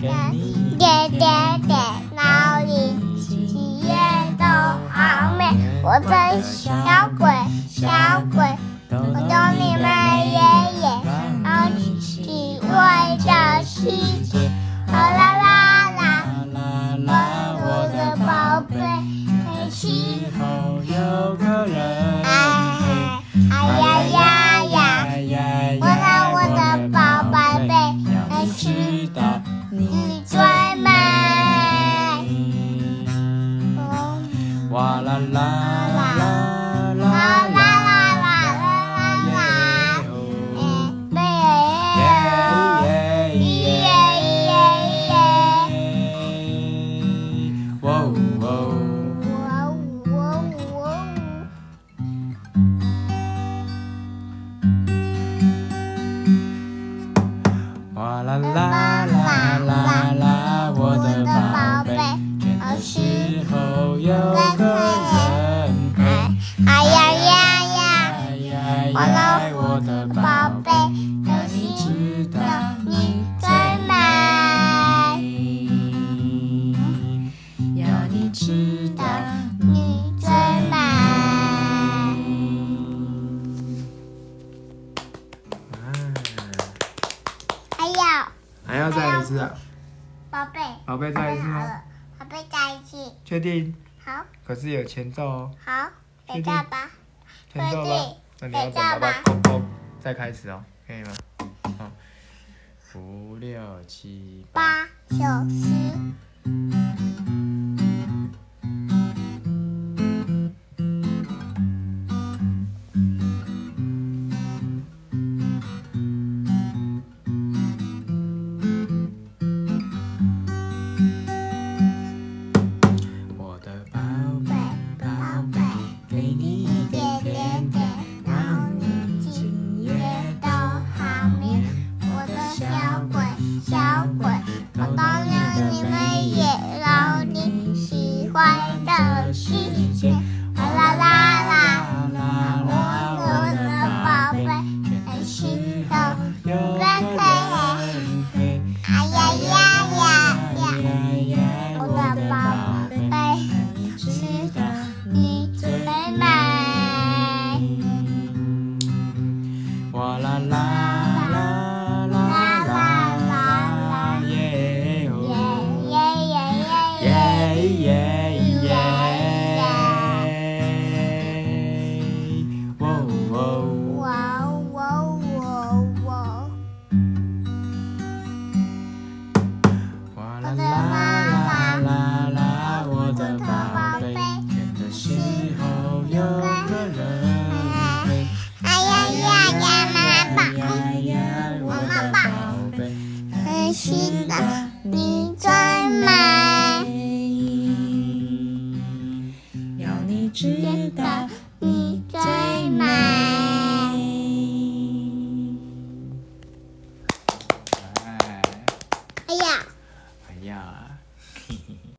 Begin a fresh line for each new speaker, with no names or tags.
点点点，脑里起夜都好美。我的小鬼，小鬼，我
我
叫
叫
你
你
们
们
爷
爷
爷
爷，，
让
让
你
你
体
体
会
会
这
这
世
世
界
界。。
哦啦啦啦，
啦啦啦，
我
我
的
的
宝
宝
贝
贝，，
开心
以。后有个人。
哎哎呀呀呀！
呀
我让我的宝贝
要知道
你
你
最
最
美
美。
哦
哇啦啦啦
啦啦
啦
啦
啦
啦啦啦啦，哎妹耶
耶耶
耶耶
耶
耶耶！
哇哦哇哦
我我我
哇啦啦啦啦啦，我的宝贝，这时候有个人
我，哎哎呀呀呀！
哎呀呀，我的
宝
宝
贝
贝，，
开
让你
心
知道
的你
你
最
最
美，
美，要你知道
你最美。还有
还要再一次啊，
宝贝，
宝贝
太
再一次
好
吗？
了，宝贝在一起，
确定？
好
可是有前奏哦，
好，等
确
一下
定
吧。
前奏吧，那你要等到
等一下吧
砰砰再开始哦，可以吗？好，五六七八，
八九十，
我的宝
贝
贝，
宝贝，
给你一
一
点
点点
点点
点，，
让
让
你
你
今
今
夜
夜
都
都
好
好
眠
眠。。
我
我
的
的
小
小
鬼
鬼，
小
小
鬼
鬼，我
我当
当了
了你
你
们
们
也
也
让
让
你
你
喜
喜
欢
欢
的
的
世
世
界
界。
哇
哇
啦
啦
啦
啦
啦
啦
啦啦，我的宝贝，开心的有个人陪。
哎呀呀呀
呀
呀！
呀呀，
我
我
的
的
宝
宝
贝
贝，，你知道
嗯你最美。
哇啦啦啦啦啦啦耶
耶
哦
耶耶
耶
耶耶！
耶耶！哇哦
我我我我，
哇啦啦啦啦啦，我的宝贝，倦的时候有个人陪。
哎呀呀呀，妈妈
呀呀，我的宝贝，
很心的你最哎